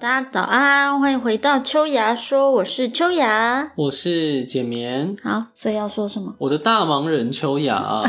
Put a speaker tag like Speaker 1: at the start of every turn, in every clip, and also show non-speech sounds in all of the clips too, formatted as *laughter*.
Speaker 1: 大家早安，欢迎回到秋芽说，我是秋芽。
Speaker 2: 我是简眠，
Speaker 1: 好，所以要说什么？
Speaker 2: 我的大忙人秋雅，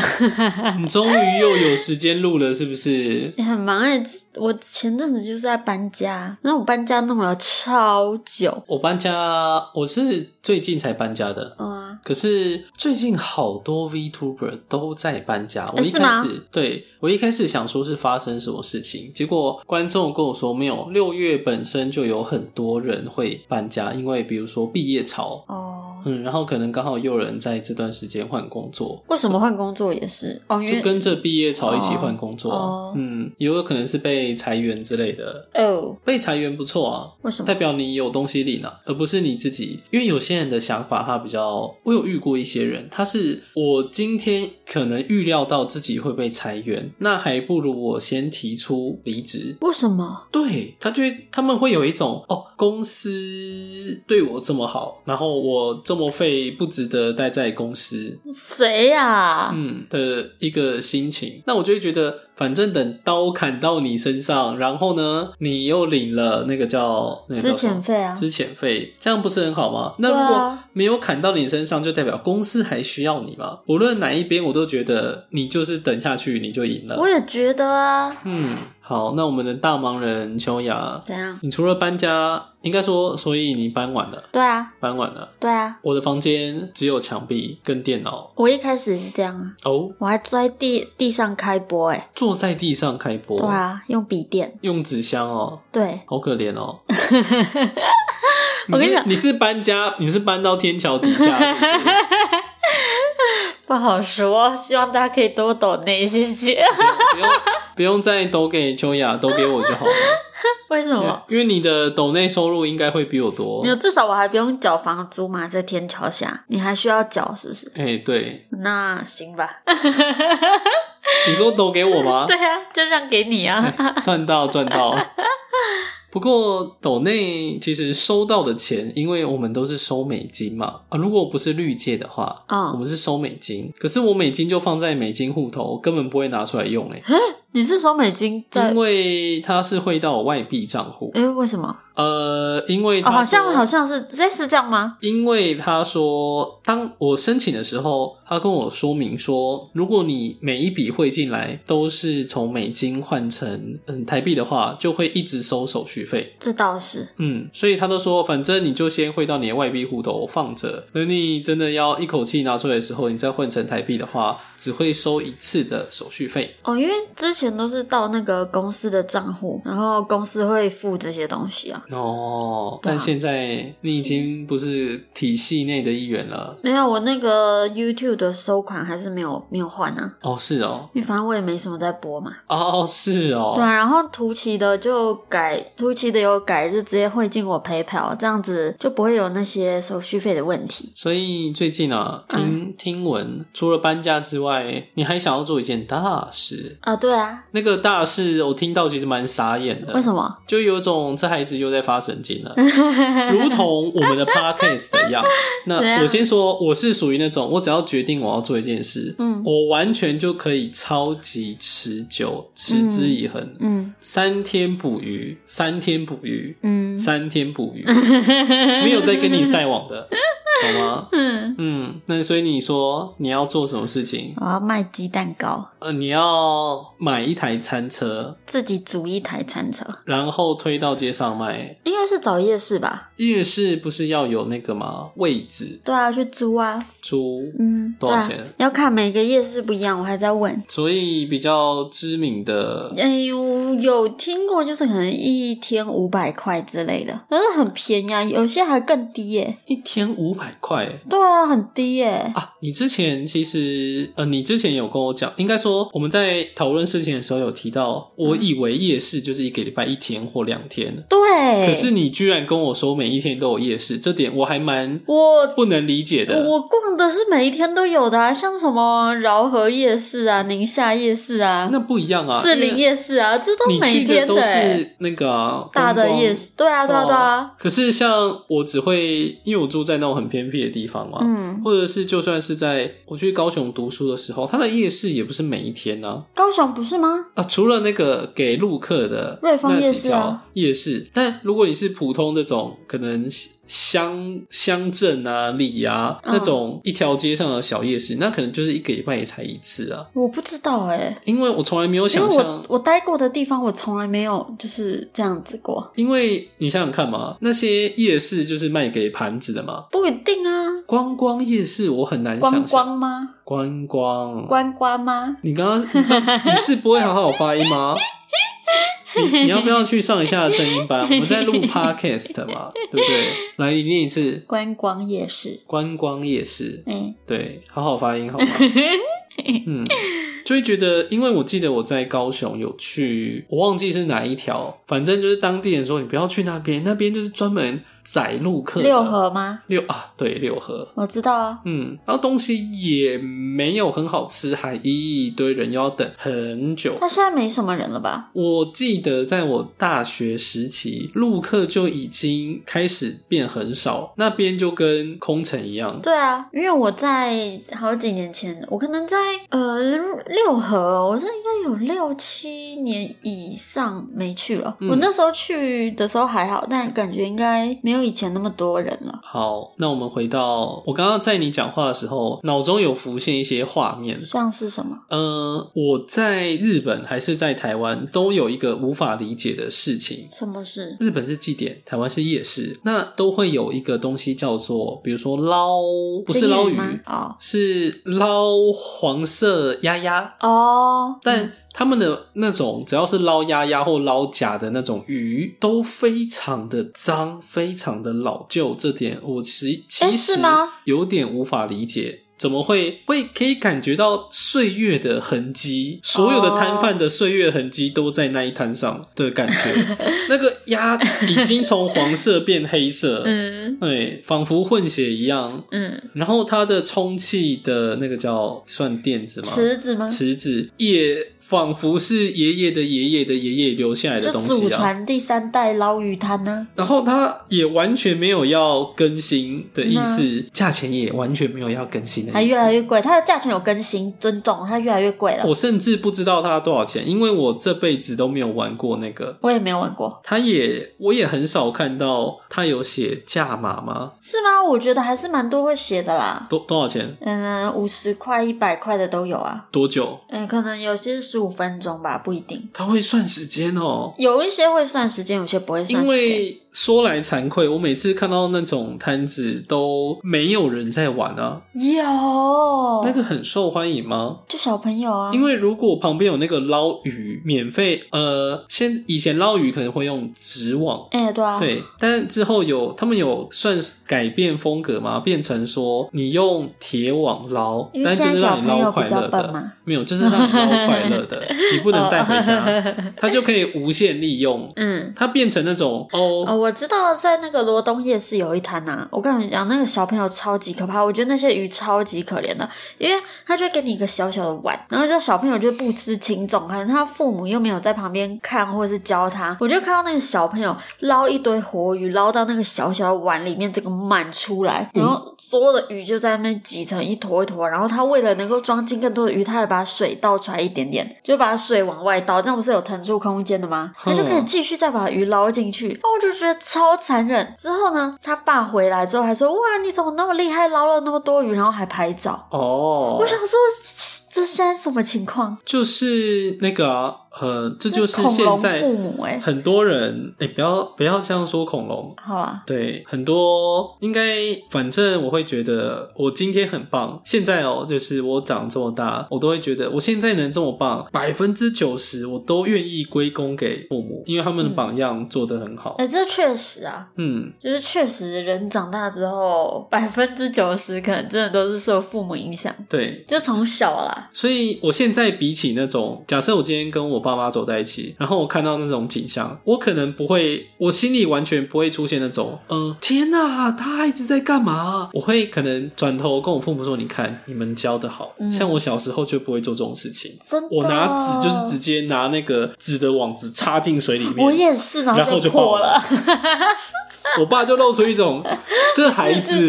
Speaker 2: 你终于又有时间录了，是不是？
Speaker 1: 也很忙哎、我前阵子就是在搬家，那我搬家弄了超久。
Speaker 2: 我搬家，我是最近才搬家的。
Speaker 1: 嗯啊、
Speaker 2: 可是最近好多 VTuber 都在搬家，我
Speaker 1: 呃
Speaker 2: 一
Speaker 1: 是
Speaker 2: 开
Speaker 1: 吗
Speaker 2: 始对我一开始想说是发生什么事情，结果观众跟我说没有，六月本身就有很多人会搬家，因为比如说毕业潮，
Speaker 1: 哦，
Speaker 2: 嗯，然后可能刚好又有人在这段时间换工作，
Speaker 1: 为什么换工作也是？哦，因
Speaker 2: 就
Speaker 1: 为
Speaker 2: 跟着毕业潮一起换工作啊、
Speaker 1: 哦哦
Speaker 2: 嗯，也有可能是被裁员之类的。
Speaker 1: 哦，
Speaker 2: 被裁员不错啊，
Speaker 1: 为什么
Speaker 2: 代？表你有东西领啊了，而不是你自己。因为有些人的想法，他比较，我有遇过一些人，他是我今天可能预料到自己会被裁员，那还不如我先提出离职。
Speaker 1: 为什么？
Speaker 2: 对他就会他们会有一种哦，公司对我这么好，然后我这么废，不值得待在公司，
Speaker 1: 谁啊呀、
Speaker 2: 嗯的一个心情，那我就会觉得，反正等刀砍到你身上，然后呢，你又领了那个叫那个叫
Speaker 1: 之
Speaker 2: 什么
Speaker 1: 前费啊？
Speaker 2: 之前费，这样不是很好吗？那
Speaker 1: 对啊
Speaker 2: 如果没有砍到你身上，就代表公司还需要你嘛？无论哪一边，我都觉得你就是等下去你就赢了
Speaker 1: 我。也觉得啊。
Speaker 2: 嗯，好，那我们的大忙人秋雅，
Speaker 1: 怎样？
Speaker 2: 你除了搬家，应该说，所以你搬完了，
Speaker 1: 对啊，
Speaker 2: 搬完了。
Speaker 1: 对啊。
Speaker 2: 我的房间只有墙壁跟电脑
Speaker 1: 我一开始也是这样啊，
Speaker 2: 哦，
Speaker 1: 我还坐在地地上开播哎、
Speaker 2: 坐在地上开播。
Speaker 1: 对啊，用笔电。
Speaker 2: 用纸箱哦，
Speaker 1: 对，
Speaker 2: 好可怜哦。
Speaker 1: *laughs* 我跟你讲
Speaker 2: 你是你是搬家，你是搬到天桥底下，
Speaker 1: *laughs*
Speaker 2: 是不是
Speaker 1: 不好说，希望大家可以多懂内，谢 *laughs* 谢。
Speaker 2: 不用不用再抖给秋雅，抖给我就
Speaker 1: *laughs*
Speaker 2: 好了。
Speaker 1: 为什么？
Speaker 2: 因为你的抖内收入应该会比我多
Speaker 1: 没。有，至少我还不用缴房租嘛，在天桥下，你还需要缴是不是？
Speaker 2: 哎、对，
Speaker 1: 那行 *laughs* 吧，
Speaker 2: 你说抖给我吗？
Speaker 1: *laughs* 对啊，就让给你啊。 *laughs*
Speaker 2: 哎赚到赚到。不过抖内其实收到的钱，因为我们都是收美金嘛啊，如果不是绿界的话，我
Speaker 1: 嗯，
Speaker 2: 们是收美金，可是我美金就放在美金户头，根本不会拿出来用哎、
Speaker 1: 你是说美金在
Speaker 2: 因？为它是汇到我外币账户，
Speaker 1: 诶，为什么？
Speaker 2: 呃，因为
Speaker 1: 哦，
Speaker 2: 他
Speaker 1: 好像
Speaker 2: 说
Speaker 1: 好像是，这是这样吗？
Speaker 2: 因为他说，当我申请的时候，他跟我说明说，如果你每一笔汇进来都是从美金换成嗯台币的话，就会一直收手续费。
Speaker 1: 这倒是，
Speaker 2: 嗯，所以他都说，反正你就先汇到你的外币户头放着，等你真的要一口气拿出来的时候，你再换成台币的话，只会收一次的手续费。
Speaker 1: 哦，因为之前都是到那个公司的账户，然后公司会付这些东西啊。
Speaker 2: 哦，
Speaker 1: 对啊
Speaker 2: 但现在你已经不是体系内的一员了。
Speaker 1: 没有，我那个 YouTube 的收款还是没有没有换啊，
Speaker 2: 哦，是哦，
Speaker 1: 因为反正我也没什么在播嘛。
Speaker 2: 哦，是哦，
Speaker 1: 对啊，然后图奇的就改，图奇的有改，就直接汇进我 PayPal，这样子就不会有那些手续费的问题。
Speaker 2: 所以最近啊，
Speaker 1: 嗯
Speaker 2: 听、听闻，除了搬家之外，你还想要做一件大事。
Speaker 1: 啊，对啊，
Speaker 2: 那个大事，我听到其实蛮傻眼的。
Speaker 1: 为
Speaker 2: 么？
Speaker 1: 什么？ *laughs*
Speaker 2: 就有种这孩子又在发神经了，如同我们的
Speaker 1: *laughs*
Speaker 2: podcast 一
Speaker 1: 怎
Speaker 2: 样。
Speaker 1: 样
Speaker 2: 那我先说，我是属于那种，我只要决定我要做一件事，
Speaker 1: 嗯
Speaker 2: 我完全就可以超级持久、持之以恒。
Speaker 1: 嗯
Speaker 2: 三天捕鱼，三天捕鱼，
Speaker 1: 嗯 *laughs*
Speaker 2: 三天捕鱼，没有在跟你晒网的，懂吗？
Speaker 1: 嗯，
Speaker 2: 嗯，那所以你说你要做什么事情？
Speaker 1: 我要卖鸡蛋糕，
Speaker 2: 呃，你要买一台餐车，
Speaker 1: 自己组一台餐车，
Speaker 2: 然后推到街上卖。
Speaker 1: 应该是找夜市吧？
Speaker 2: 夜市不是要有那个吗？位置
Speaker 1: 对啊，去租啊，
Speaker 2: 租，
Speaker 1: 嗯，
Speaker 2: 多少
Speaker 1: 对啊
Speaker 2: 钱？
Speaker 1: 要看每个夜市不一样，我还在问。
Speaker 2: 所以比较知名的
Speaker 1: 哎呦，有听过，就是可能一天五百块之类的，可是很便宜啊，有些还更低耶、
Speaker 2: 一天五百块
Speaker 1: 对啊，很低耶、
Speaker 2: 啊！你之前其实呃，你之前有跟我讲，应该说我们在讨论事情的时候有提到，我以为夜市就是一个礼拜一天或两天，
Speaker 1: 嗯对，
Speaker 2: 可是你居然跟我说每一天都有夜市，这点我还蛮
Speaker 1: 我
Speaker 2: 不能理解的。
Speaker 1: 我逛的是每一天都有的、啊，像什么饶河夜市啊、宁夏夜市啊、
Speaker 2: 那不一样啊，
Speaker 1: 士林
Speaker 2: 因为
Speaker 1: 夜市啊，这都
Speaker 2: 你
Speaker 1: 每
Speaker 2: 去
Speaker 1: 天
Speaker 2: 的都
Speaker 1: 欸
Speaker 2: 是那个啊、
Speaker 1: 大的
Speaker 2: 观光
Speaker 1: 夜市。对啊，对啊，对啊。
Speaker 2: 哦可是像我只会，因为我住在那种很偏偏僻的地方啊，
Speaker 1: 嗯，
Speaker 2: 或者是就算是在我去高雄读书的时候，它的夜市也不是每一天啊。
Speaker 1: 高雄不是吗？
Speaker 2: 啊，除了那个给路客的
Speaker 1: 瑞丰
Speaker 2: 那
Speaker 1: 夜
Speaker 2: 几
Speaker 1: 市
Speaker 2: 条
Speaker 1: 啊
Speaker 2: 夜市，但如果你是普通这种可能乡乡镇啊、里啊、
Speaker 1: 嗯
Speaker 2: 那种一条街上的小夜市，那可能就是一个礼拜也才一次啊。
Speaker 1: 我不知道哎、
Speaker 2: 因为我从来没
Speaker 1: 因
Speaker 2: 有
Speaker 1: 为
Speaker 2: 想象
Speaker 1: 我，我待过的地方，我从来没有就是这样子过，
Speaker 2: 因为你想想看嘛，那些夜市就是卖给盘子的嘛。
Speaker 1: 不一定啊。
Speaker 2: 观光夜市我很难想
Speaker 1: 观
Speaker 2: 象，
Speaker 1: 光吗？
Speaker 2: 观光
Speaker 1: 观光吗？
Speaker 2: 你刚刚你你是不会好好发音
Speaker 1: *laughs*
Speaker 2: 吗？你你要不要去上一下正音班？我们在录 podcast 嘛，对不对？来，你念一次
Speaker 1: 观光夜市，
Speaker 2: 观光夜市，
Speaker 1: 哎、
Speaker 2: 对，好好发
Speaker 1: *laughs*
Speaker 2: 音好吗？嗯，就会觉得，因为我记得我在高雄有去，我忘记是哪一条，反正就是当地人说你不要去那边，那边就是专门载路客的
Speaker 1: 六合吗？
Speaker 2: 六啊，对六合，
Speaker 1: 我知道啊，
Speaker 2: 嗯，然后东西也没有很好吃，还一堆人又要等很久。
Speaker 1: 那现在没什么人了吧？
Speaker 2: 我记得在我大学时期，陆客就已经开始变很少，那边就跟空城一样。
Speaker 1: 对啊，因为我在好几年前，我可能在呃六合，我这应该有六七年以上没去了。
Speaker 2: 嗯
Speaker 1: 我那时候去的时候还好，但感觉应该没有以前那么多人了。
Speaker 2: 好，那我们回到我刚刚在你讲话的时候，脑中有浮现一些画面。
Speaker 1: 像是什么？
Speaker 2: 呃，我在日本还是在台湾，都有一个无法理解的事情，
Speaker 1: 什么事？
Speaker 2: 日本是祭典，台湾是夜市，那都会有一个东西叫做，比如说捞，不是捞
Speaker 1: 金吗
Speaker 2: 鱼，
Speaker 1: 哦
Speaker 2: 是捞黄色鸭鸭，
Speaker 1: 哦，
Speaker 2: 但他们的那种只要是捞鸭鸭或捞甲的那种鱼，都非常的脏，非常的老旧，这点我其
Speaker 1: 诶
Speaker 2: 其实
Speaker 1: 是吗
Speaker 2: 有点无法理解。怎么会会可以感觉到岁月的痕迹？所有的摊贩的岁月痕迹都在那一摊上的感
Speaker 1: *laughs*
Speaker 2: 觉。那个鸭已经从黄色变黑色，
Speaker 1: *laughs* 嗯
Speaker 2: 对，仿佛混血一样。
Speaker 1: 嗯，
Speaker 2: 然后它的充气的那个叫算垫子吗？
Speaker 1: 池子吗？
Speaker 2: 池子也仿佛是爷爷的爷爷的爷爷留下来的
Speaker 1: 就
Speaker 2: 东
Speaker 1: 祖
Speaker 2: 西啊。
Speaker 1: 传第三代捞鱼摊呢、
Speaker 2: 然后它也完全没有要更新的意思，价钱也完全没有要更新的意
Speaker 1: 嗯
Speaker 2: 思，
Speaker 1: 还越来越贵。它的价钱有更新，尊重它越来越贵了。
Speaker 2: 我甚至不知道它多少钱，因为我这辈子都没有玩过那个。
Speaker 1: 我也没有玩过，
Speaker 2: 它也，我也很少看到它有写价码吗？
Speaker 1: 是吗？我觉得还是蛮多会写的啦。
Speaker 2: 多多少钱？
Speaker 1: 嗯，五十块、一百块的都有啊。
Speaker 2: 多久？
Speaker 1: 嗯，可能有些十五分钟吧，不一定。
Speaker 2: 它会算时间哦。
Speaker 1: 有一些会算时间，有些不会算
Speaker 2: 因
Speaker 1: 时间。
Speaker 2: 为说来惭愧，我每次看到那种摊子都没有人在玩啊，
Speaker 1: 有哦
Speaker 2: 那个很受欢迎吗？
Speaker 1: 就小朋友啊，
Speaker 2: 因为如果旁边有那个捞鱼免费，呃，先以前捞鱼可能会用纸网。
Speaker 1: 哎、对啊，
Speaker 2: 对，但之后有他们有算是改变风格吗？变成说你用铁网捞
Speaker 1: 因，为
Speaker 2: 但就
Speaker 1: 现在
Speaker 2: 是
Speaker 1: 小
Speaker 2: 让你
Speaker 1: 朋友
Speaker 2: 捞
Speaker 1: 比
Speaker 2: 快
Speaker 1: 较
Speaker 2: 乐
Speaker 1: 笨
Speaker 2: 的，
Speaker 1: 嘛，
Speaker 2: 没有，就是让你捞快乐的，
Speaker 1: *laughs*
Speaker 2: 你不能带回家，
Speaker 1: 哦
Speaker 2: 它就可以无限利用，
Speaker 1: 嗯。
Speaker 2: 它变成那种哦，
Speaker 1: 哦，我知道，在那个罗东夜市有一摊呐、啊我跟你讲，那个小朋友超级可怕，我觉得那些鱼超级可怜的，因为他就会给你一个小小的碗，然后这小朋友就不知轻重，可能他父母又没有在旁边看或是教他，我就看到那个小朋友捞一堆活鱼，捞到那个小小的碗里面，这个满出来，
Speaker 2: 嗯
Speaker 1: 然后所有的鱼就在那边挤成一坨一坨，然后他为了能够装进更多的鱼，他还把水倒出来一点点，就把水往外倒，这样不是有腾出空间的吗？他就可以
Speaker 2: 嗯
Speaker 1: 继续再把鱼捞进去，哦，我就觉得超残忍。之后呢，他爸回来之后还说：“哇，你怎么那么厉害，捞了那么多鱼，然后还拍照。”
Speaker 2: 哦，
Speaker 1: 我想说，这这现在什么情况？
Speaker 2: 就是那个啊，呃，这就是
Speaker 1: 恐
Speaker 2: 现
Speaker 1: 龙
Speaker 2: 在
Speaker 1: 父母哎、
Speaker 2: 很多人，哎、不要不要这样说恐龙。
Speaker 1: 好啦，
Speaker 2: 对，很多应该，反正我会觉得我今天很棒。现在哦，就是我长这么大，我都会觉得我现在能这么棒，百分之九十我都愿意归功给父母，因为他们的
Speaker 1: 嗯
Speaker 2: 榜样做得很好。
Speaker 1: 哎、这确实啊，
Speaker 2: 嗯，
Speaker 1: 就是确实人长大之后，百分之九十可能真的都是受父母影响，
Speaker 2: 对，
Speaker 1: 就从小啦。
Speaker 2: 所以我现在比起那种，假设我今天跟我爸妈走在一起，然后我看到那种景象，我可能不会，我心里完全不会出现那种，嗯、天哪、他一直在干嘛？我会可能转头跟我父母说，你看你们教的好，
Speaker 1: 嗯
Speaker 2: 像我小时候就不会做这种事情，
Speaker 1: 真的，
Speaker 2: 我拿纸就是直，接拿那个纸的网子插进水里面，
Speaker 1: 我也是，然
Speaker 2: 然后
Speaker 1: 后
Speaker 2: 就
Speaker 1: 就破
Speaker 2: 爆了
Speaker 1: 了。
Speaker 2: 我爸就露出一
Speaker 1: *laughs*
Speaker 2: 种，这孩子，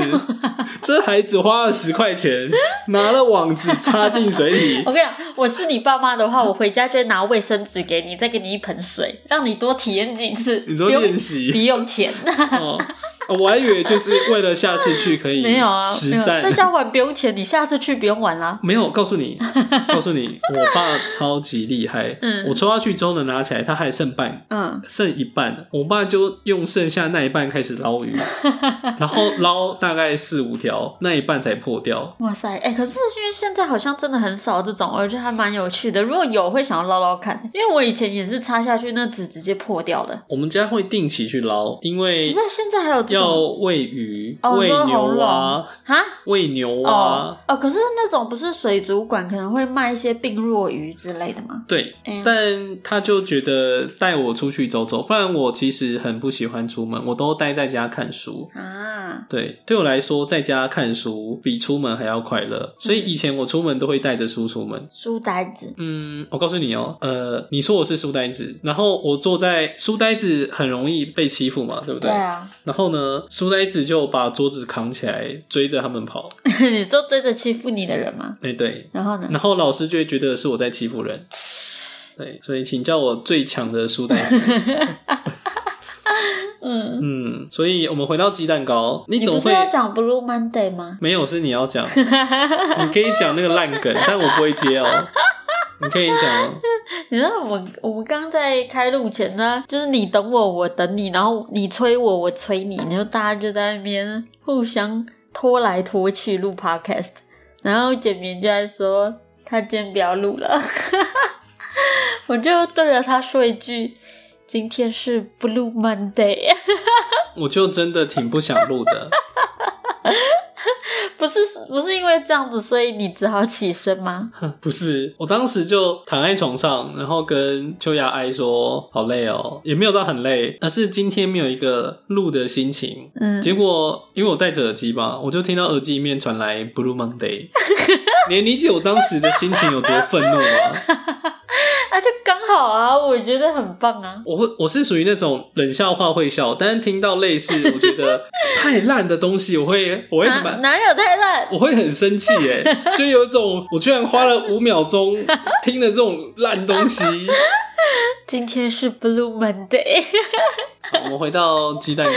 Speaker 2: 这孩子花了十块钱，拿了网子插进水里
Speaker 1: 我，跟你讲，啊我是你爸妈的话，我回家就会拿卫生纸给你，再给你一盆水，让你多体验几次。
Speaker 2: 你说
Speaker 1: 不用
Speaker 2: 练习
Speaker 1: 不用钱， *laughs*
Speaker 2: *laughs* 哦，我还以为就是为了下次去可以
Speaker 1: 没有啊，
Speaker 2: 实
Speaker 1: 没有
Speaker 2: 战
Speaker 1: 在，家玩不用钱，你下次去不用玩啦。
Speaker 2: 没有，告诉你，告诉你，我爸超级厉害。
Speaker 1: 嗯
Speaker 2: 我抽下去之后呢，拿起来他还剩半，
Speaker 1: 嗯，
Speaker 2: 剩一半，我爸就用剩下那一半开始捞鱼，然后捞大概四五条，那一半才破掉。
Speaker 1: 哇塞，哎、可是因为现在好像真的很少这种，我觉得还蛮有趣的。如果有，会想要捞捞看，因为我以前也是插下去，那纸直接破掉的。
Speaker 2: 我们家会定期去捞，因
Speaker 1: 你
Speaker 2: 为
Speaker 1: 知道现在还有这
Speaker 2: 要
Speaker 1: 种
Speaker 2: 喂鱼、
Speaker 1: 哦
Speaker 2: 喂
Speaker 1: 你说红
Speaker 2: 牛
Speaker 1: 龙
Speaker 2: 蛙、
Speaker 1: 哈？
Speaker 2: 喂牛啊蛙。
Speaker 1: 哦哦，可是那种不是水族馆可能会卖一些病弱鱼之类的吗？
Speaker 2: 对，
Speaker 1: 嗯
Speaker 2: 但他就觉得带我出去走走，不然我其实很不喜欢出门，我都待在家看书。
Speaker 1: 啊，
Speaker 2: 对，对我来说，在家看书比出门还要快乐。所以以前我出门都会带着书出门。
Speaker 1: 书呆子，
Speaker 2: 嗯，我告诉你哦，呃，你说我是书呆子，然后我坐在书呆子很容易被欺负嘛，对不对？
Speaker 1: 啊， *laughs*
Speaker 2: 然后呢，书呆子就把桌子扛起来追着他们跑。
Speaker 1: 你说追着欺负你的人吗？
Speaker 2: 哎、对，
Speaker 1: 然后 *laughs* 呢？
Speaker 2: 然后老师就会觉得是我在欺
Speaker 1: *laughs*
Speaker 2: 负人。对，所以请叫我最强的书呆子。
Speaker 1: *laughs* 嗯，
Speaker 2: 嗯，所以我们回到鸡蛋糕，你
Speaker 1: 你不
Speaker 2: 总
Speaker 1: 是
Speaker 2: 会
Speaker 1: 要讲 Blue Monday 吗？
Speaker 2: 没有，是你
Speaker 1: *laughs*
Speaker 2: 要讲，你可以讲那个烂梗，但我不会接哦。你可以讲哦，
Speaker 1: 你知道我们我们刚在开录前呢，就是你等我，我等你，然后你催我，我催你，然后大家就在那边互相拖来拖去录 podcast，然后简明就在说他今天不要录了， *laughs* 我就对着他说一句：“今天是 Blue Monday， *laughs*
Speaker 2: 我就真的挺不想录的。
Speaker 1: 不是不是因为这样子，所以你只好起身吗？
Speaker 2: 不是，我当时就躺在床上，然后跟秋雅哀说好累哦，也没有到很累，而是今天没有一个录的心情。
Speaker 1: 嗯，
Speaker 2: 结果因为我戴着耳机嘛，我就听到耳机里面传来 Blue Monday，你 *laughs* 能理解我当时的心情有多愤怒吗？
Speaker 1: 啊，就刚好啊，我觉得很棒啊。
Speaker 2: 我会我是属于那种冷笑话会笑，但是听到类似我觉得太烂的东西，我会我会
Speaker 1: 哪
Speaker 2: 蛮
Speaker 1: 哪有太烂？
Speaker 2: 我会很生气耶，就有一种我居然花了五秒钟听了这种烂东西。 *laughs*
Speaker 1: 今天是 Blue Monday。
Speaker 2: 好我们回到鸡蛋糕，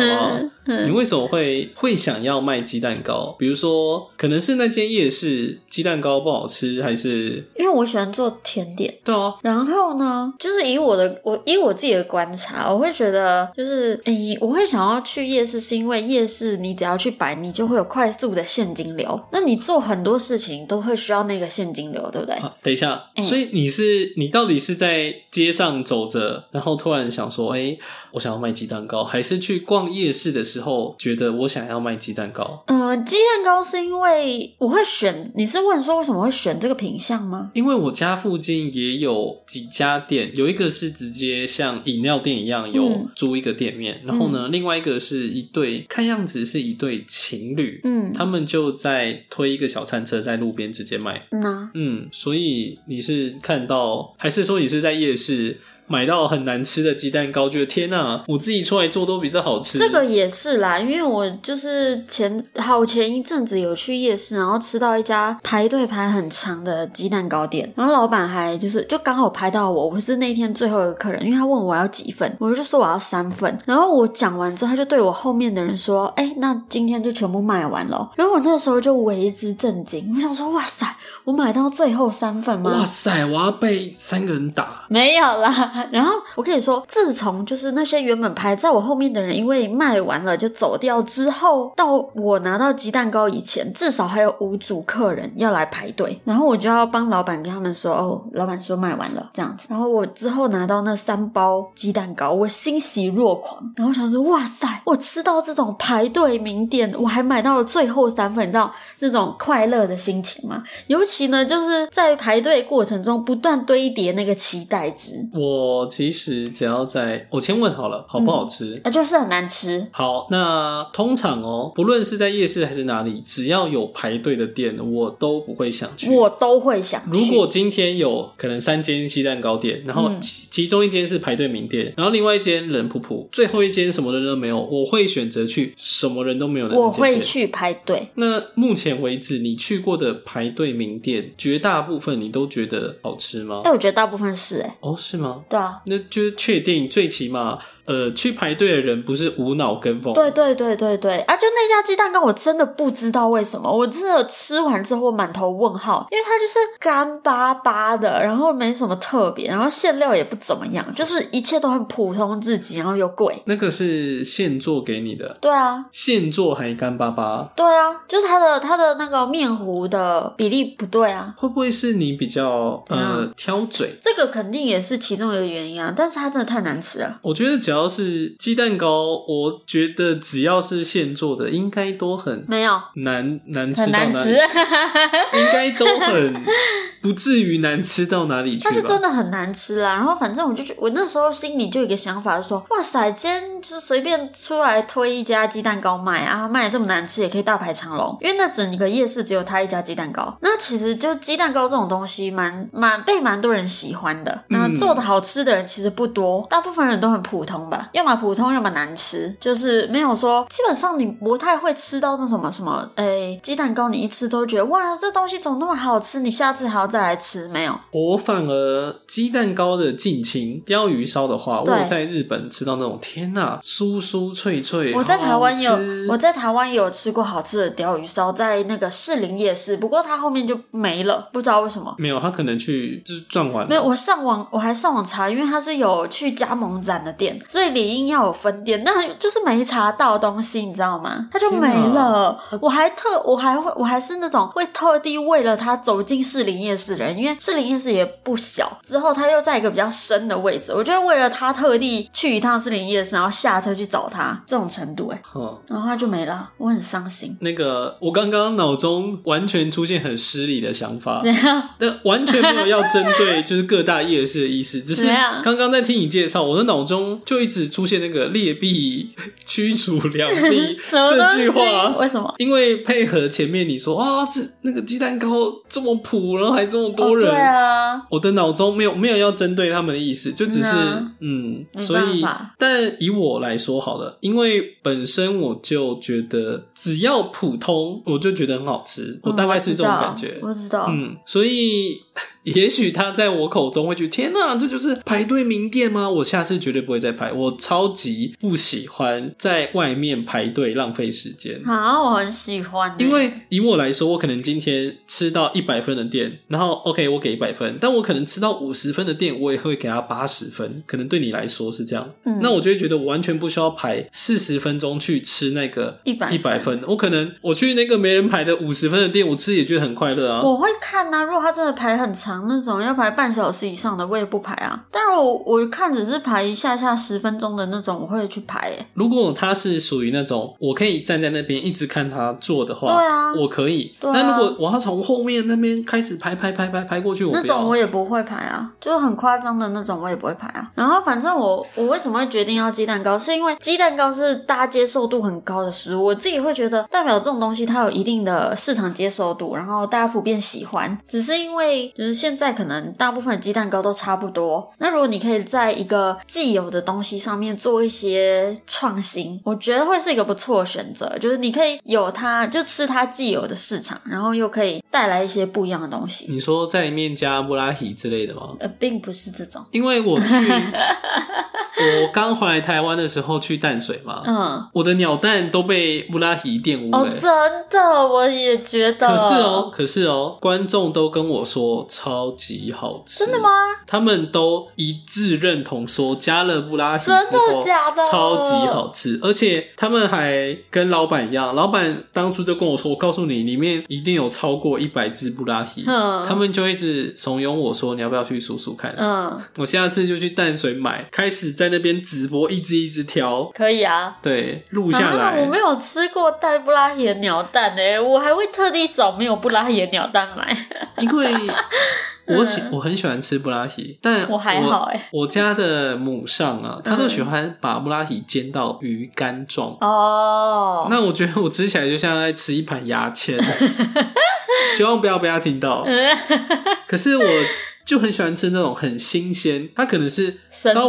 Speaker 2: 好不好
Speaker 1: 嗯？
Speaker 2: 你为什么会会想要卖鸡蛋糕？比如说，可能是那间夜市鸡蛋糕不好吃，还是
Speaker 1: 因为我喜欢做甜点。
Speaker 2: 对啊，
Speaker 1: 然后呢，就是以我的我以我自己的观察，我会觉得就是，诶、我会想要去夜市，是因为夜市你只要去摆，你就会有快速的现金流。那你做很多事情都会需要那个现金流，对不对？
Speaker 2: 啊，等一下，
Speaker 1: 嗯
Speaker 2: 所以你是你到底是在街上走着，然后突然想说，哎、我想要卖鸡蛋糕，还是去逛夜市的时候觉得我想要卖鸡蛋糕？
Speaker 1: 嗯、鸡蛋糕是因为我会选，你是问说为什么会选这个品相吗？
Speaker 2: 因为我家附近也有几家店，有一个是直接像饮料店一样有
Speaker 1: 嗯
Speaker 2: 租一个店面，然后呢，另外一个是一对看样子是一对情侣，
Speaker 1: 嗯，
Speaker 2: 他们就在推一个小餐车在路边直接卖。
Speaker 1: 那
Speaker 2: 嗯，所以你是看到，还是说你是在夜市买到很难吃的鸡蛋糕，觉得天呐，我自己出来做都比这好吃？
Speaker 1: 这个也是啦，因为我就是前好前一阵子有去夜市，然后吃到一家排队排很长的鸡蛋糕店，然后老板还就是就刚好拍到我，我是那天最后一个客人，因为他问我要几份，我就说我要三份，然后我讲完之后，他就对我后面的人说：“哎、那今天就全部卖完了。”然后我那时候就为之震惊，我想说：“哇塞，我买到最后三份吗？”
Speaker 2: *laughs* 哇塞，我要被三个人打，
Speaker 1: 没有啦。 *laughs* 然后我跟你说，自从就是那些原本排在我后面的人，因为卖完了就走掉之后，到我拿到鸡蛋糕以前，至少还有五组客人要来排队，然后我就要帮老板跟他们说，哦，老板说卖完了这样子。然后我之后拿到那三包鸡蛋糕，我欣喜若狂，然后想说，哇塞，我吃到这种排队名店，我还买到了最后三份，你知道那种快乐的心情吗？尤其呢，就是在排队过程中不断堆叠那个期待值。
Speaker 2: 我我其实只要在，我先问好了，好不好吃？
Speaker 1: 啊，就是很难吃。
Speaker 2: 好，那通常哦，不论是在夜市还是哪里，只要有排队的店，我都不会想去。
Speaker 1: 我都会想去。
Speaker 2: 如果今天有可能三间鸡蛋糕店，然后
Speaker 1: 嗯
Speaker 2: 其其中一间是排队名店，然后另外一间人仆仆，最后一间什么人都没有，我会选择去什么人都没有的那
Speaker 1: 我
Speaker 2: 间店。
Speaker 1: 会去排队，
Speaker 2: 那目前为止，你去过的排队名店，绝大部分你都觉得好吃吗
Speaker 1: 哎、？我觉得大部分是哎、
Speaker 2: 哦，是吗？
Speaker 1: 对啊，
Speaker 2: 那就是确定，最起码，呃，去排队的人不是无脑跟风。
Speaker 1: 对对对对对啊！就那家鸡蛋糕，我真的不知道为什么，我真的吃完之后满头问号，因为它就是干巴巴的，然后没什么特别，然后馅料也不怎么样，就是一切都很普通至极，然后又贵。
Speaker 2: 那个是现做给你的，
Speaker 1: 对啊，
Speaker 2: 现做还干巴巴，
Speaker 1: 对啊，就是它的它的那个面糊的比例不对啊，
Speaker 2: 会不会是你比较呃、
Speaker 1: 嗯
Speaker 2: 挑嘴？
Speaker 1: 这个肯定也是其中一个原因啊。但是它真的太难吃了。
Speaker 2: 我觉得只要是鸡蛋糕，我觉得只要是现做的，应该都很
Speaker 1: 没有，
Speaker 2: 难难吃
Speaker 1: 很
Speaker 2: 到哪
Speaker 1: 难
Speaker 2: 里，
Speaker 1: 吃，
Speaker 2: 应该都很不至于难吃到哪里去
Speaker 1: 它就真
Speaker 2: 吧。
Speaker 1: 的很难吃啦。然后反正我就觉，我那时候心里就有一个想法，就说哇塞，今天就随便出来推一家鸡蛋糕卖啊，卖得这么难吃也可以大排长龙，因为那整个夜市只有他一家鸡蛋糕。那其实就鸡蛋糕这种东西蛮，蛮被蛮多人喜欢的。那
Speaker 2: 嗯
Speaker 1: 做的好吃的人其实不多，大部分人都很普通吧，要么普通，要么难吃，就是没有说基本上你不太会吃到那什么什么，诶，鸡蛋糕你一吃都觉得哇，这东西怎么那么好吃，你下次还要再来吃没有？
Speaker 2: 我反而鸡蛋糕的近亲鲷鱼烧的话，
Speaker 1: 对
Speaker 2: 我在日本吃到那种天呐，酥酥脆脆。
Speaker 1: 我在台湾有
Speaker 2: 好吃，
Speaker 1: 我在台湾也有吃过好吃的鲷鱼烧，在那个士林夜市，不过它后面就没了，不知道为什么。
Speaker 2: 没有，他可能去就是赚完了。
Speaker 1: 没有，我上网我还上网查，因为它是有去加盟展的店，所以理应要有分店，但就是没查到东西，你知道吗？它就没
Speaker 2: 天
Speaker 1: 了。我还特我还会我还是那种会特地为了它走进士林夜市的人，因为士林夜市也不小，之后它又在一个比较深的位置，我就会为了它特地去一趟士林夜市，然后下车去找它，这种程度哎、
Speaker 2: 嗯
Speaker 1: 然后它就没了，我很伤心。
Speaker 2: 那个，我刚刚脑中完全出现很失礼的想
Speaker 1: *laughs*
Speaker 2: 法，
Speaker 1: 怎样？
Speaker 2: 那完全没有要针
Speaker 1: *laughs*
Speaker 2: 对就是各大夜市的意思，只是
Speaker 1: 怎样
Speaker 2: 刚刚在听你介绍，我的脑中就一直出现那个劣币驱逐良币
Speaker 1: *laughs* 什么
Speaker 2: 这句
Speaker 1: 东西为
Speaker 2: 话。
Speaker 1: 什么？
Speaker 2: 因为配合前面你说啊，这那个鸡蛋糕这么普，然后还这么多人，
Speaker 1: 哦对啊，
Speaker 2: 我的脑中没有没有要针对他们的意思，就只是
Speaker 1: 嗯啊
Speaker 2: 嗯，
Speaker 1: 没
Speaker 2: 所以
Speaker 1: 办法
Speaker 2: 但以我来说好了，因为本身我就觉得只要普通，我就觉得很好吃，我大概是这种感觉。
Speaker 1: 嗯我知道，
Speaker 2: 嗯，所以 *laughs* 也许他在我口中会觉得天哪、这就是排队名店吗？我下次绝对不会再排，我超级不喜欢在外面排队浪费时间。
Speaker 1: 啊，我很喜欢欸，
Speaker 2: 因为以我来说，我可能今天吃到一百分的店，然后 OK 我给一百分，但我可能吃到五十分的店，我也会给他八十分。可能对你来说是这样，
Speaker 1: 嗯
Speaker 2: 那我就会觉得我完全不需要排四十分钟去吃那个
Speaker 1: 100
Speaker 2: 一百分。我可能我去那个没人排的五十分的店，我吃也觉得很快乐啊。
Speaker 1: 我会看呐、如果他真的排很长那种，要排半小时以上的，我也不排啊。但如果我看只是排一下下十分钟的那种，我会去排欸诶、
Speaker 2: 如果他是属于那种我可以站在那边一直看他做的话，
Speaker 1: 对啊
Speaker 2: 我可以。
Speaker 1: 对啊
Speaker 2: 但如果我要从后面那边开始排排排排排过去，我
Speaker 1: 那
Speaker 2: 不要。
Speaker 1: 种我也不会排啊，就是很夸张的那种我也不会排啊。然后反正我我为什么会决定要鸡蛋糕，是因为鸡蛋糕是大家接受度很高的食物，我自己会觉得代表这种东西它有一定的市场接受度，然后大家普遍喜欢。只是因为就是现在可能大部分的鸡蛋糕都差不多，那如果你可以在一个既有的东西上面做一些创新，我觉得会是一个不错的选择。就是你可以有它，就吃它既有的市场，然后又可以带来一些不一样的东西。
Speaker 2: 你说在里面加布拉提之类的吗？
Speaker 1: 呃，并不是这种。
Speaker 2: 因为我
Speaker 1: *laughs*
Speaker 2: 去，我刚回来台湾的时候去淡水嘛，
Speaker 1: 嗯，
Speaker 2: 我的鸟蛋都被布拉提玷污
Speaker 1: 哦，
Speaker 2: 了、
Speaker 1: 真的，我也觉得。
Speaker 2: 可是哦，，可是哦，观众都跟我说超级好吃，
Speaker 1: 真的吗？？
Speaker 2: 他们都一致认同说加了布拉提之
Speaker 1: 真
Speaker 2: 后，
Speaker 1: 的假的？
Speaker 2: 超级好。吃，而且他们还跟老板一样，老板当初就跟我说：“我告诉你，里面一定有超过一百只布拉提。”
Speaker 1: 嗯
Speaker 2: 他们就一直怂恿我说：“你要不要去数数看？”
Speaker 1: 嗯，
Speaker 2: 我下次就去淡水买，开始在那边直播，一只一只挑，
Speaker 1: 可以啊。
Speaker 2: 对，录下
Speaker 1: 啊，
Speaker 2: 来。
Speaker 1: 我没有吃过带布拉欸提的鸟蛋诶、我还会特地找没有布拉提的鸟蛋买。
Speaker 2: 因为我喜
Speaker 1: 嗯
Speaker 2: 我很喜欢吃布拉提，
Speaker 1: *laughs*
Speaker 2: 但
Speaker 1: 我还好嗯欸
Speaker 2: 我家的母上啊，她都喜欢把布拉提煎到鱼干状。
Speaker 1: 哦，
Speaker 2: 那我觉得我吃起来就像在吃一盘牙签， *laughs* 希望不要被她听到。
Speaker 1: 嗯
Speaker 2: 可是我就很喜欢吃那种很新鲜，它可能是
Speaker 1: 生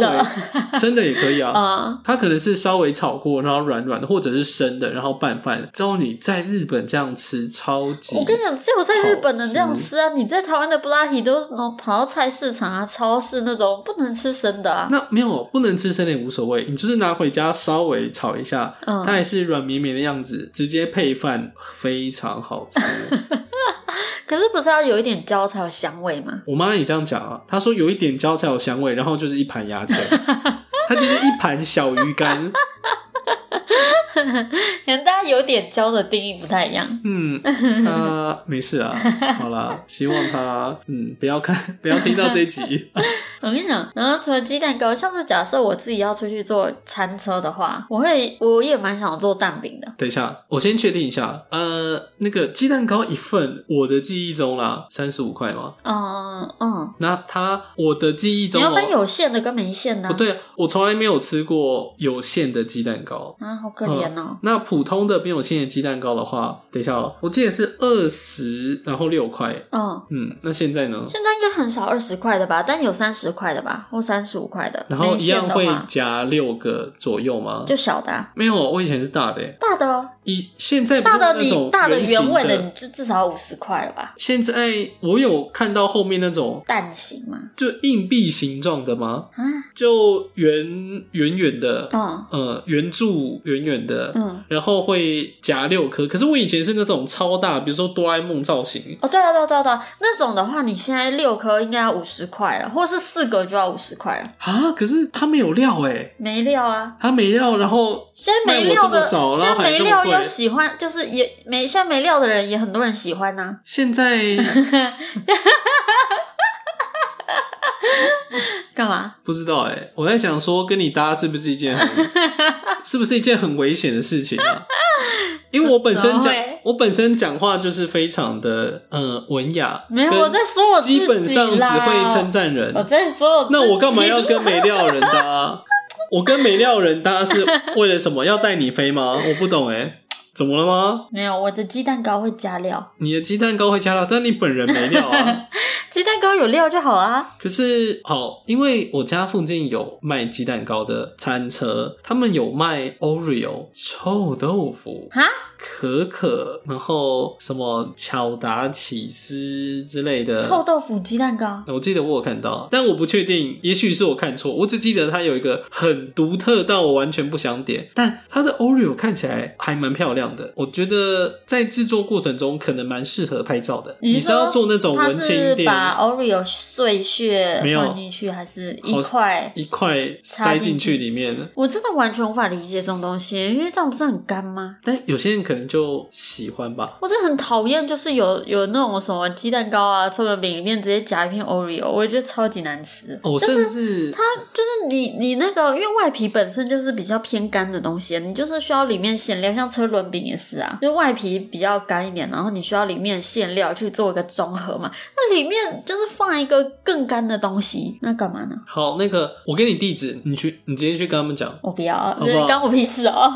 Speaker 1: 的
Speaker 2: 稍
Speaker 1: *laughs*
Speaker 2: 微生的也可以啊。
Speaker 1: 嗯，
Speaker 2: 它可能是稍微炒过，然后软软的，或者是生的，然后拌饭。之后你在日本这样吃，超级
Speaker 1: 我跟你讲，只有在日本能这样
Speaker 2: 好
Speaker 1: 吃啊！你在台湾的布拉提都能跑到菜市场啊、超市那种，不能吃生的啊。
Speaker 2: 那没有不能吃生的也无所谓，你就是拿回家稍微炒一下，
Speaker 1: 嗯
Speaker 2: 它也是软绵绵的样子，直接配饭非常好吃。
Speaker 1: 可是不是要有一点焦才有香味吗？
Speaker 2: 我妈也这样讲啊，她说有一点焦才有香味，然后就是一盘 *laughs* 牙签，它就是一盘小鱼干。
Speaker 1: 可能大家有点焦的定义不太一样。
Speaker 2: 嗯，她没事啊，好啦，希望她嗯不要看不要听到这一集。
Speaker 1: 我跟你讲，然后除了鸡蛋糕，像是假设我自己要出去做餐车的话，我会我也蛮想做蛋饼的。
Speaker 2: 等一下，我先确定一下，呃，那个鸡蛋糕一份，我的记忆中啦，三十五块吗？
Speaker 1: 嗯嗯，
Speaker 2: 那它我的记忆
Speaker 1: 你
Speaker 2: 中、哦，
Speaker 1: 要分有馅的跟没馅的、啊
Speaker 2: 不对，我从来没有吃过有馅的鸡蛋糕。
Speaker 1: 啊，好可怜哦。
Speaker 2: 那普通的没有馅的鸡蛋糕的话，等一下哦，我记得是二十，然后六块。
Speaker 1: 嗯，
Speaker 2: 嗯，那现在呢？
Speaker 1: 现在应该很少二十块的吧，但有三十块的吧，或三十五块的。
Speaker 2: 然后
Speaker 1: 没
Speaker 2: 一
Speaker 1: 馅
Speaker 2: 样
Speaker 1: 的
Speaker 2: 会
Speaker 1: 话
Speaker 2: 夹六个左右吗？
Speaker 1: 就小的、啊，
Speaker 2: 没有，我以前是大的欸，
Speaker 1: 大的哦，
Speaker 2: 以现在不
Speaker 1: 大
Speaker 2: 是
Speaker 1: 的
Speaker 2: 那
Speaker 1: 你
Speaker 2: 种
Speaker 1: 大的
Speaker 2: 圆
Speaker 1: 原味
Speaker 2: 的
Speaker 1: 的，你。至至少五十块了吧？
Speaker 2: 现在我有看到后面那种
Speaker 1: 蛋形嘛，
Speaker 2: 就硬币形状的吗？
Speaker 1: 啊，
Speaker 2: 就圆圆圆的，
Speaker 1: 嗯
Speaker 2: 呃，圆柱圆圆的，
Speaker 1: 嗯，
Speaker 2: 然后会夹六颗。可是我以前是那种超大，比如说哆啦 A 梦造型，
Speaker 1: 哦，对啊，对啊，对啊，对啊，那种的话，你现在六颗应该要五十块了，或是四个就要五十块了，
Speaker 2: 啊，可是它没有料哎、
Speaker 1: 没料啊。
Speaker 2: 它没料，然后
Speaker 1: 现在没料
Speaker 2: 卖我
Speaker 1: 的，
Speaker 2: 这么少
Speaker 1: 现
Speaker 2: 然后
Speaker 1: 在
Speaker 2: 还
Speaker 1: 没
Speaker 2: 这么
Speaker 1: 料
Speaker 2: 贵
Speaker 1: 又喜欢，就是也没现在没料的人也很多人喜欢啊呐、
Speaker 2: 现在
Speaker 1: 干嘛？
Speaker 2: 不知道哎、我在想说跟你搭是不是一
Speaker 1: *laughs*
Speaker 2: 件很是不是一件很危险的事情啊？因为我本身
Speaker 1: 怎
Speaker 2: 讲
Speaker 1: 么欸会，
Speaker 2: 我本身讲话就是非常的呃文雅，
Speaker 1: 没有，
Speaker 2: 跟
Speaker 1: 我在说我自己
Speaker 2: 基本上只会称
Speaker 1: 啦。
Speaker 2: 赞人，
Speaker 1: 我在说我自己
Speaker 2: 那我干嘛要跟没料人搭、我跟没料人搭是为了什么？要带你飞吗？我不懂哎、怎么了吗？
Speaker 1: *laughs* 没有我的鸡蛋糕会加料，
Speaker 2: 你的鸡蛋糕会加料，但你本人没料啊。
Speaker 1: 鸡蛋糕有料就好啊。
Speaker 2: 可是好，因为我家附近有卖鸡蛋糕的餐车，他们有卖 Oreo 臭豆腐、
Speaker 1: 哈，
Speaker 2: 可可，然后什么巧达起司之类的
Speaker 1: 臭豆腐鸡蛋糕，
Speaker 2: 我记得我有看到，但我不确定，也许是我看错。我只记得它有一个很独特到我完全不想点，但它的 Oreo 看起来还蛮漂亮的。我觉得在制作过程中可能蛮适合拍照的。
Speaker 1: 你
Speaker 2: 你
Speaker 1: 是
Speaker 2: 是要做那种
Speaker 1: 它
Speaker 2: 文青一
Speaker 1: 是
Speaker 2: 点，
Speaker 1: 把 Oreo 碎屑
Speaker 2: 没有
Speaker 1: 放进去，还是一块？
Speaker 2: 一块塞进去里面。
Speaker 1: 我真的完全无法理解这种东西，因为这样不是很干吗？
Speaker 2: 但有些人可能就喜欢吧。
Speaker 1: 我真的很讨厌，就是有有那种什么鸡蛋糕啊、臭豆饼里面直接夹一片 Oreo，我觉得超级难吃。
Speaker 2: 哦我、甚至
Speaker 1: 它就是你你那个，因为外皮本身就是比较偏干的东西，你就是需要里面馅料，像车轮饼也是啊，就是外皮比较干一点，然后你需要里面馅料去做一个综合嘛。那里面就是放一个更干的东西，那干嘛呢？
Speaker 2: 好，那个我给你地址，你去，你直接去跟他们讲，
Speaker 1: 我不要，
Speaker 2: 不
Speaker 1: *laughs*
Speaker 2: 好
Speaker 1: 干我屁事哦。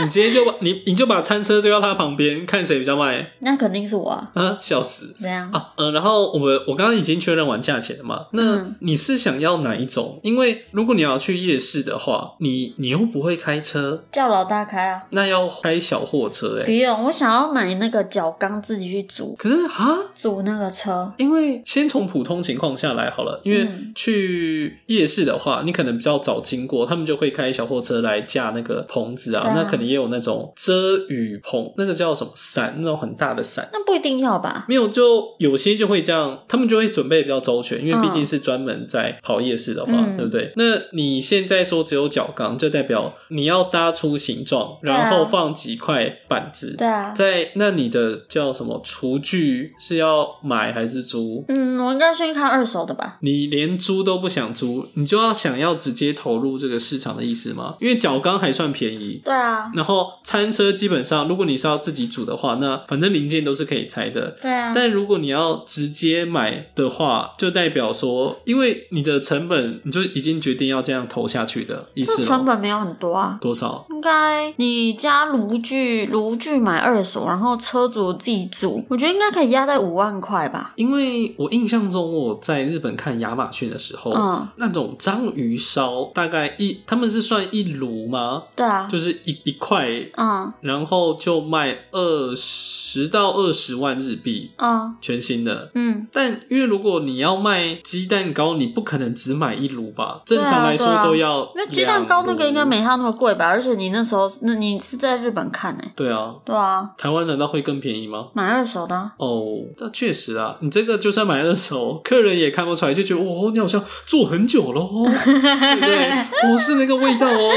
Speaker 2: 你直接就把你你就把餐车丢到他旁边，看谁比较卖。
Speaker 1: 那肯定是我啊，
Speaker 2: 啊，笑死！
Speaker 1: 怎样？
Speaker 2: 啊，呃，然后我们我刚刚已经确认完价钱了嘛？那
Speaker 1: 嗯
Speaker 2: 你是想要哪一种？因为如果你要去夜市的话，你你又不会开车，
Speaker 1: 叫老大开啊！
Speaker 2: 那要开小货车哎、
Speaker 1: 不用，我想要买那个角缸自己去组
Speaker 2: 可是啊，
Speaker 1: 组那个车。
Speaker 2: 因为先从普通情况下来好了，因为
Speaker 1: 嗯
Speaker 2: 去夜市的话，你可能比较早经过，他们就会开小货车来架那个棚子啊，
Speaker 1: 对啊
Speaker 2: 那可能也有那种遮雨棚，那个叫什么伞，那种很大的伞。
Speaker 1: 那不一定要吧？
Speaker 2: 没有，就有些就会这样，他们就会准备比较周全，因为
Speaker 1: 嗯
Speaker 2: 毕竟是专门在跑夜市的话，
Speaker 1: 嗯
Speaker 2: 对不对？那你现在说只有角钢，就代表你要搭出形状，
Speaker 1: 对啊
Speaker 2: 然后放几块板子。
Speaker 1: 对啊，
Speaker 2: 在那你的叫什么厨具是要买还是租？
Speaker 1: 嗯，我应该先看二手的吧。
Speaker 2: 你连租都不想租，你就要想要直接投入这个市场的意思吗？因为角钢还算便宜，
Speaker 1: 对啊，
Speaker 2: 然后餐车基本本上如果你是要自己煮的话，那反正零件都是可以拆的。
Speaker 1: 对啊，
Speaker 2: 但如果你要直接买的话，就代表说，因为你的成本你就已经决定要这样投下去的意思
Speaker 1: 这
Speaker 2: 咯
Speaker 1: 成本没有很多啊。
Speaker 2: 多少？
Speaker 1: 应该你家炉具炉具买二手，然后车主自己煮，我觉得应该可以压在五万块吧。
Speaker 2: 因为我印象中我在日本看亚马逊的时候，
Speaker 1: 嗯，
Speaker 2: 那种章鱼烧大概一，他们是算一炉吗？
Speaker 1: 对啊，
Speaker 2: 就是一一块，
Speaker 1: 嗯
Speaker 2: 然后就卖二十到二十万日币，
Speaker 1: 嗯
Speaker 2: 全新的。
Speaker 1: 嗯，
Speaker 2: 但因为如果你要卖鸡蛋糕，你不可能只买一炉吧？正常来说
Speaker 1: 对啊
Speaker 2: 都要、
Speaker 1: 因为鸡蛋糕那个应该
Speaker 2: 两
Speaker 1: 没
Speaker 2: 炉。
Speaker 1: 它那么贵吧？而且你那时候那你是在日本看呢、
Speaker 2: 对啊，
Speaker 1: 对啊，
Speaker 2: 台湾难道会更便宜吗？
Speaker 1: 买二手的啊、
Speaker 2: 哦，那确实啊，你这个就算买二手，客人也看不出来，就觉得哦，你好像做很久了
Speaker 1: *laughs*
Speaker 2: 哦，对不对？哦，是那个味道哦，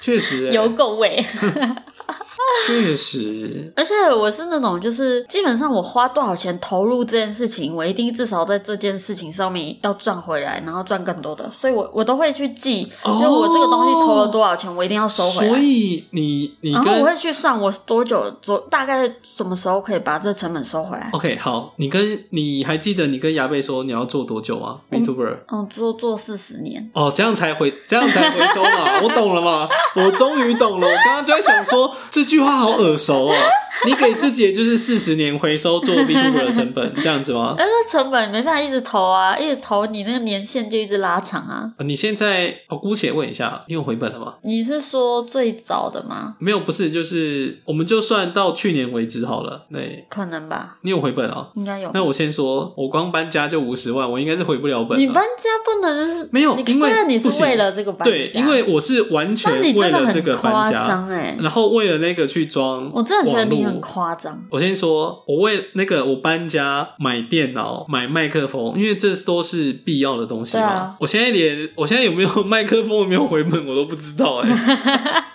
Speaker 2: 确实、欸，
Speaker 1: 有够味。
Speaker 2: 确实，
Speaker 1: 而且我是那种，就是基本上我花多少钱投入这件事情，我一定至少在这件事情上面要赚回来，然后赚更多的，所以我我都会去记，
Speaker 2: 哦
Speaker 1: 就我这个东西投了多少钱，啊我一定要收回
Speaker 2: 所
Speaker 1: 来。
Speaker 2: 以你你
Speaker 1: 然后我
Speaker 2: 跟
Speaker 1: 会去算我多久多大概什么时候可以把这成本收回来。
Speaker 2: OK 好，你跟你还记得你跟牙贝说你要做多久吗
Speaker 1: 嗯
Speaker 2: ？Vtuber。
Speaker 1: 嗯，做做四十年，
Speaker 2: 哦，这样才回，这样才回收嘛！我懂了
Speaker 1: *laughs*
Speaker 2: 嘛，我终于懂了。我刚刚就在想说，这句话好耳熟哦。你给自己的就是四十年回收做 Vtuber 的成本，这样子吗？
Speaker 1: 但是哎成本没办法一直投啊，一直投你那个年限就一直拉长啊。
Speaker 2: 呃你现在，我、姑且问一下，你有回本了吗？
Speaker 1: 你是说最早的吗？
Speaker 2: 没有，不是，就是我们就算到去年为止好了。对，
Speaker 1: 可能吧，
Speaker 2: 你有回本啊、
Speaker 1: 应该有吧。
Speaker 2: 那我先说，我光搬家就五十万，我应该是回不了本、啊。
Speaker 1: 你搬家不能
Speaker 2: 没有
Speaker 1: 你
Speaker 2: 因为
Speaker 1: 虽然你
Speaker 2: 不
Speaker 1: 是
Speaker 2: 行
Speaker 1: 为了这个搬家，
Speaker 2: 对，因为我是完
Speaker 1: 那
Speaker 2: 全
Speaker 1: 你
Speaker 2: 为
Speaker 1: 真的
Speaker 2: 了这
Speaker 1: 很
Speaker 2: 个搬
Speaker 1: 夸
Speaker 2: 家，
Speaker 1: 张哎，
Speaker 2: 然后为了那个去装，
Speaker 1: 我真的觉得你很。夸张。
Speaker 2: 我先说，我为那个我搬家买电脑、买麦克风，因为这都是必要的东西嘛。
Speaker 1: 对啊
Speaker 2: 我现在连我现在有没有麦克风、有没有回本我都不知道哎、
Speaker 1: *laughs*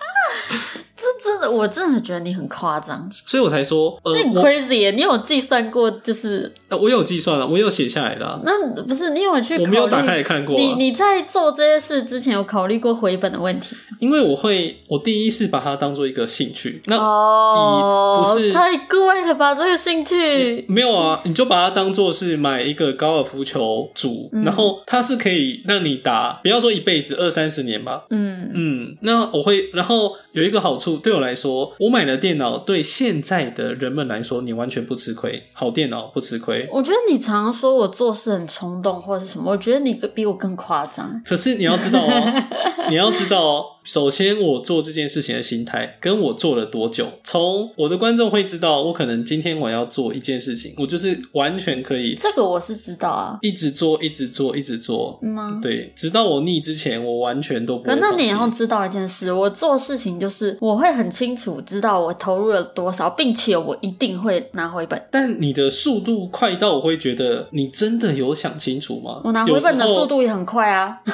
Speaker 1: 这真的，我真的觉得你很夸张，
Speaker 2: 所以我才说，呃，
Speaker 1: 那很
Speaker 2: 我
Speaker 1: crazy 耶！你有计算过就是
Speaker 2: 呃，我有计算了，我有写下来的啊、
Speaker 1: 那不是你有去考虑
Speaker 2: 我没有打开来看过啊
Speaker 1: 你你在做这些事之前有考虑过回本的问题
Speaker 2: 因为我会，我第一是把它当做一个兴趣。那、
Speaker 1: 哦
Speaker 2: 呃不是
Speaker 1: 太贵了吧？这个兴趣
Speaker 2: 没有啊，你就把它当做是买一个高尔夫球组，
Speaker 1: 嗯
Speaker 2: 然后它是可以让你打，不要说一辈子，二三十年吧。
Speaker 1: 嗯
Speaker 2: 嗯，那我会，然后有一个好处对我来说，我买的电脑对现在的人们来说，你完全不吃亏，好电脑不吃亏。
Speaker 1: 我觉得你常说我做事很冲动或者是什么，我觉得你比我更夸张。
Speaker 2: 可是你要知道哦，你要知道哦，首先我做这件事情的心态，跟我做了多久，从我的观众会知道，我可能今天我要做一件事情，我就是完全可以
Speaker 1: 这个我是知道啊，
Speaker 2: 一直做，一直做，一直做，
Speaker 1: 嗯吗？
Speaker 2: 对，直到我腻之前，我完全都不
Speaker 1: 可
Speaker 2: 会。
Speaker 1: 那你也要，知道一件事，我做事情就是我会很清楚知道我投入了多少，并且我一定会拿回本。
Speaker 2: 但你的速度快到我会觉得你真的有想清楚吗？
Speaker 1: 我拿回
Speaker 2: 有时
Speaker 1: 本的
Speaker 2: 候
Speaker 1: 速度也很快啊， *laughs*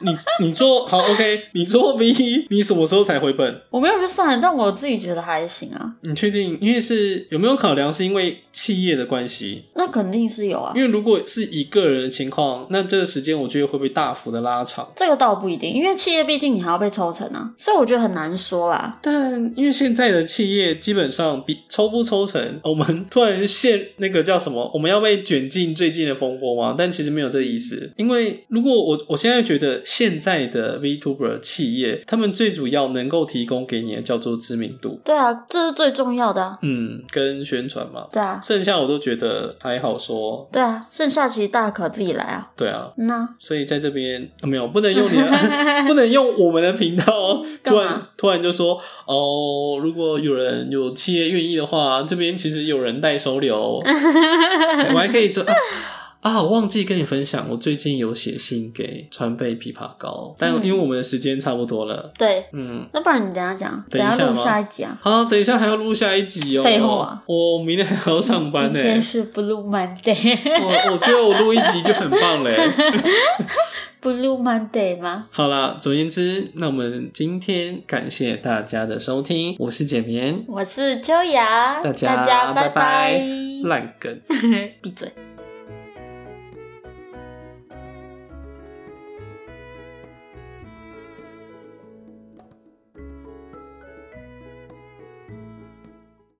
Speaker 2: 你你做好 OK，你做 V 一，你什么时候才回本？
Speaker 1: 我没有去算，但我自己觉得还行啊，
Speaker 2: 你确定？因为是有没有考量是因为企业的关系？
Speaker 1: 那肯定是有啊
Speaker 2: 因。为如果是以个人的情况，那这个时间我觉得会被大幅的拉长。
Speaker 1: 这个倒不一定，因为企业毕竟你还要被抽成啊，所以我觉得很难说啦。
Speaker 2: 但因为现在的企业基本上比抽不抽成， *laughs* 我们突然陷那个叫什么，我们要被卷进最近的风波吗？但其实没有这个意思，因为如果我我现在觉得现在的 VTuber 企业，他们最主要能够提供给你的叫做知名度，
Speaker 1: 对啊，这是最重要的啊。
Speaker 2: 嗯，跟宣传嘛，
Speaker 1: 对啊，
Speaker 2: 剩下我都觉得还好说，
Speaker 1: 对啊，剩下其实大可自己来啊。
Speaker 2: 对啊，
Speaker 1: 那
Speaker 2: 所以在这边、啊没有不能用你的， *laughs* 不能用我们的频道哦。
Speaker 1: *laughs* 干
Speaker 2: 突
Speaker 1: 嘛
Speaker 2: 然突然就说哦，如果有人有企业愿意的话，这边其实有人带
Speaker 1: *laughs*
Speaker 2: 收留，对我还可以做。啊啊，我忘记跟你分享，我最近有写信给川贝枇杷膏，但
Speaker 1: 嗯
Speaker 2: 因为我们的时间差不多了，
Speaker 1: 对，
Speaker 2: 嗯，
Speaker 1: 那不然你等一下讲，
Speaker 2: 等一下
Speaker 1: 下录
Speaker 2: 吗
Speaker 1: 下一集啊。
Speaker 2: 好，等一下还要录下一集哦，
Speaker 1: 废话
Speaker 2: 我明天还要上班呢、
Speaker 1: 今天是 Blue *laughs* Monday，Blue
Speaker 2: 我我觉得我录一集就很棒欸嘞、
Speaker 1: Monday 吗？
Speaker 2: 好啦，总而言之，那我们今天感谢大家的收听，我是简眠，
Speaker 1: 我是秋雅，
Speaker 2: 大家
Speaker 1: 大家拜
Speaker 2: 拜拜
Speaker 1: 拜，
Speaker 2: 烂梗。
Speaker 1: *laughs* 闭嘴。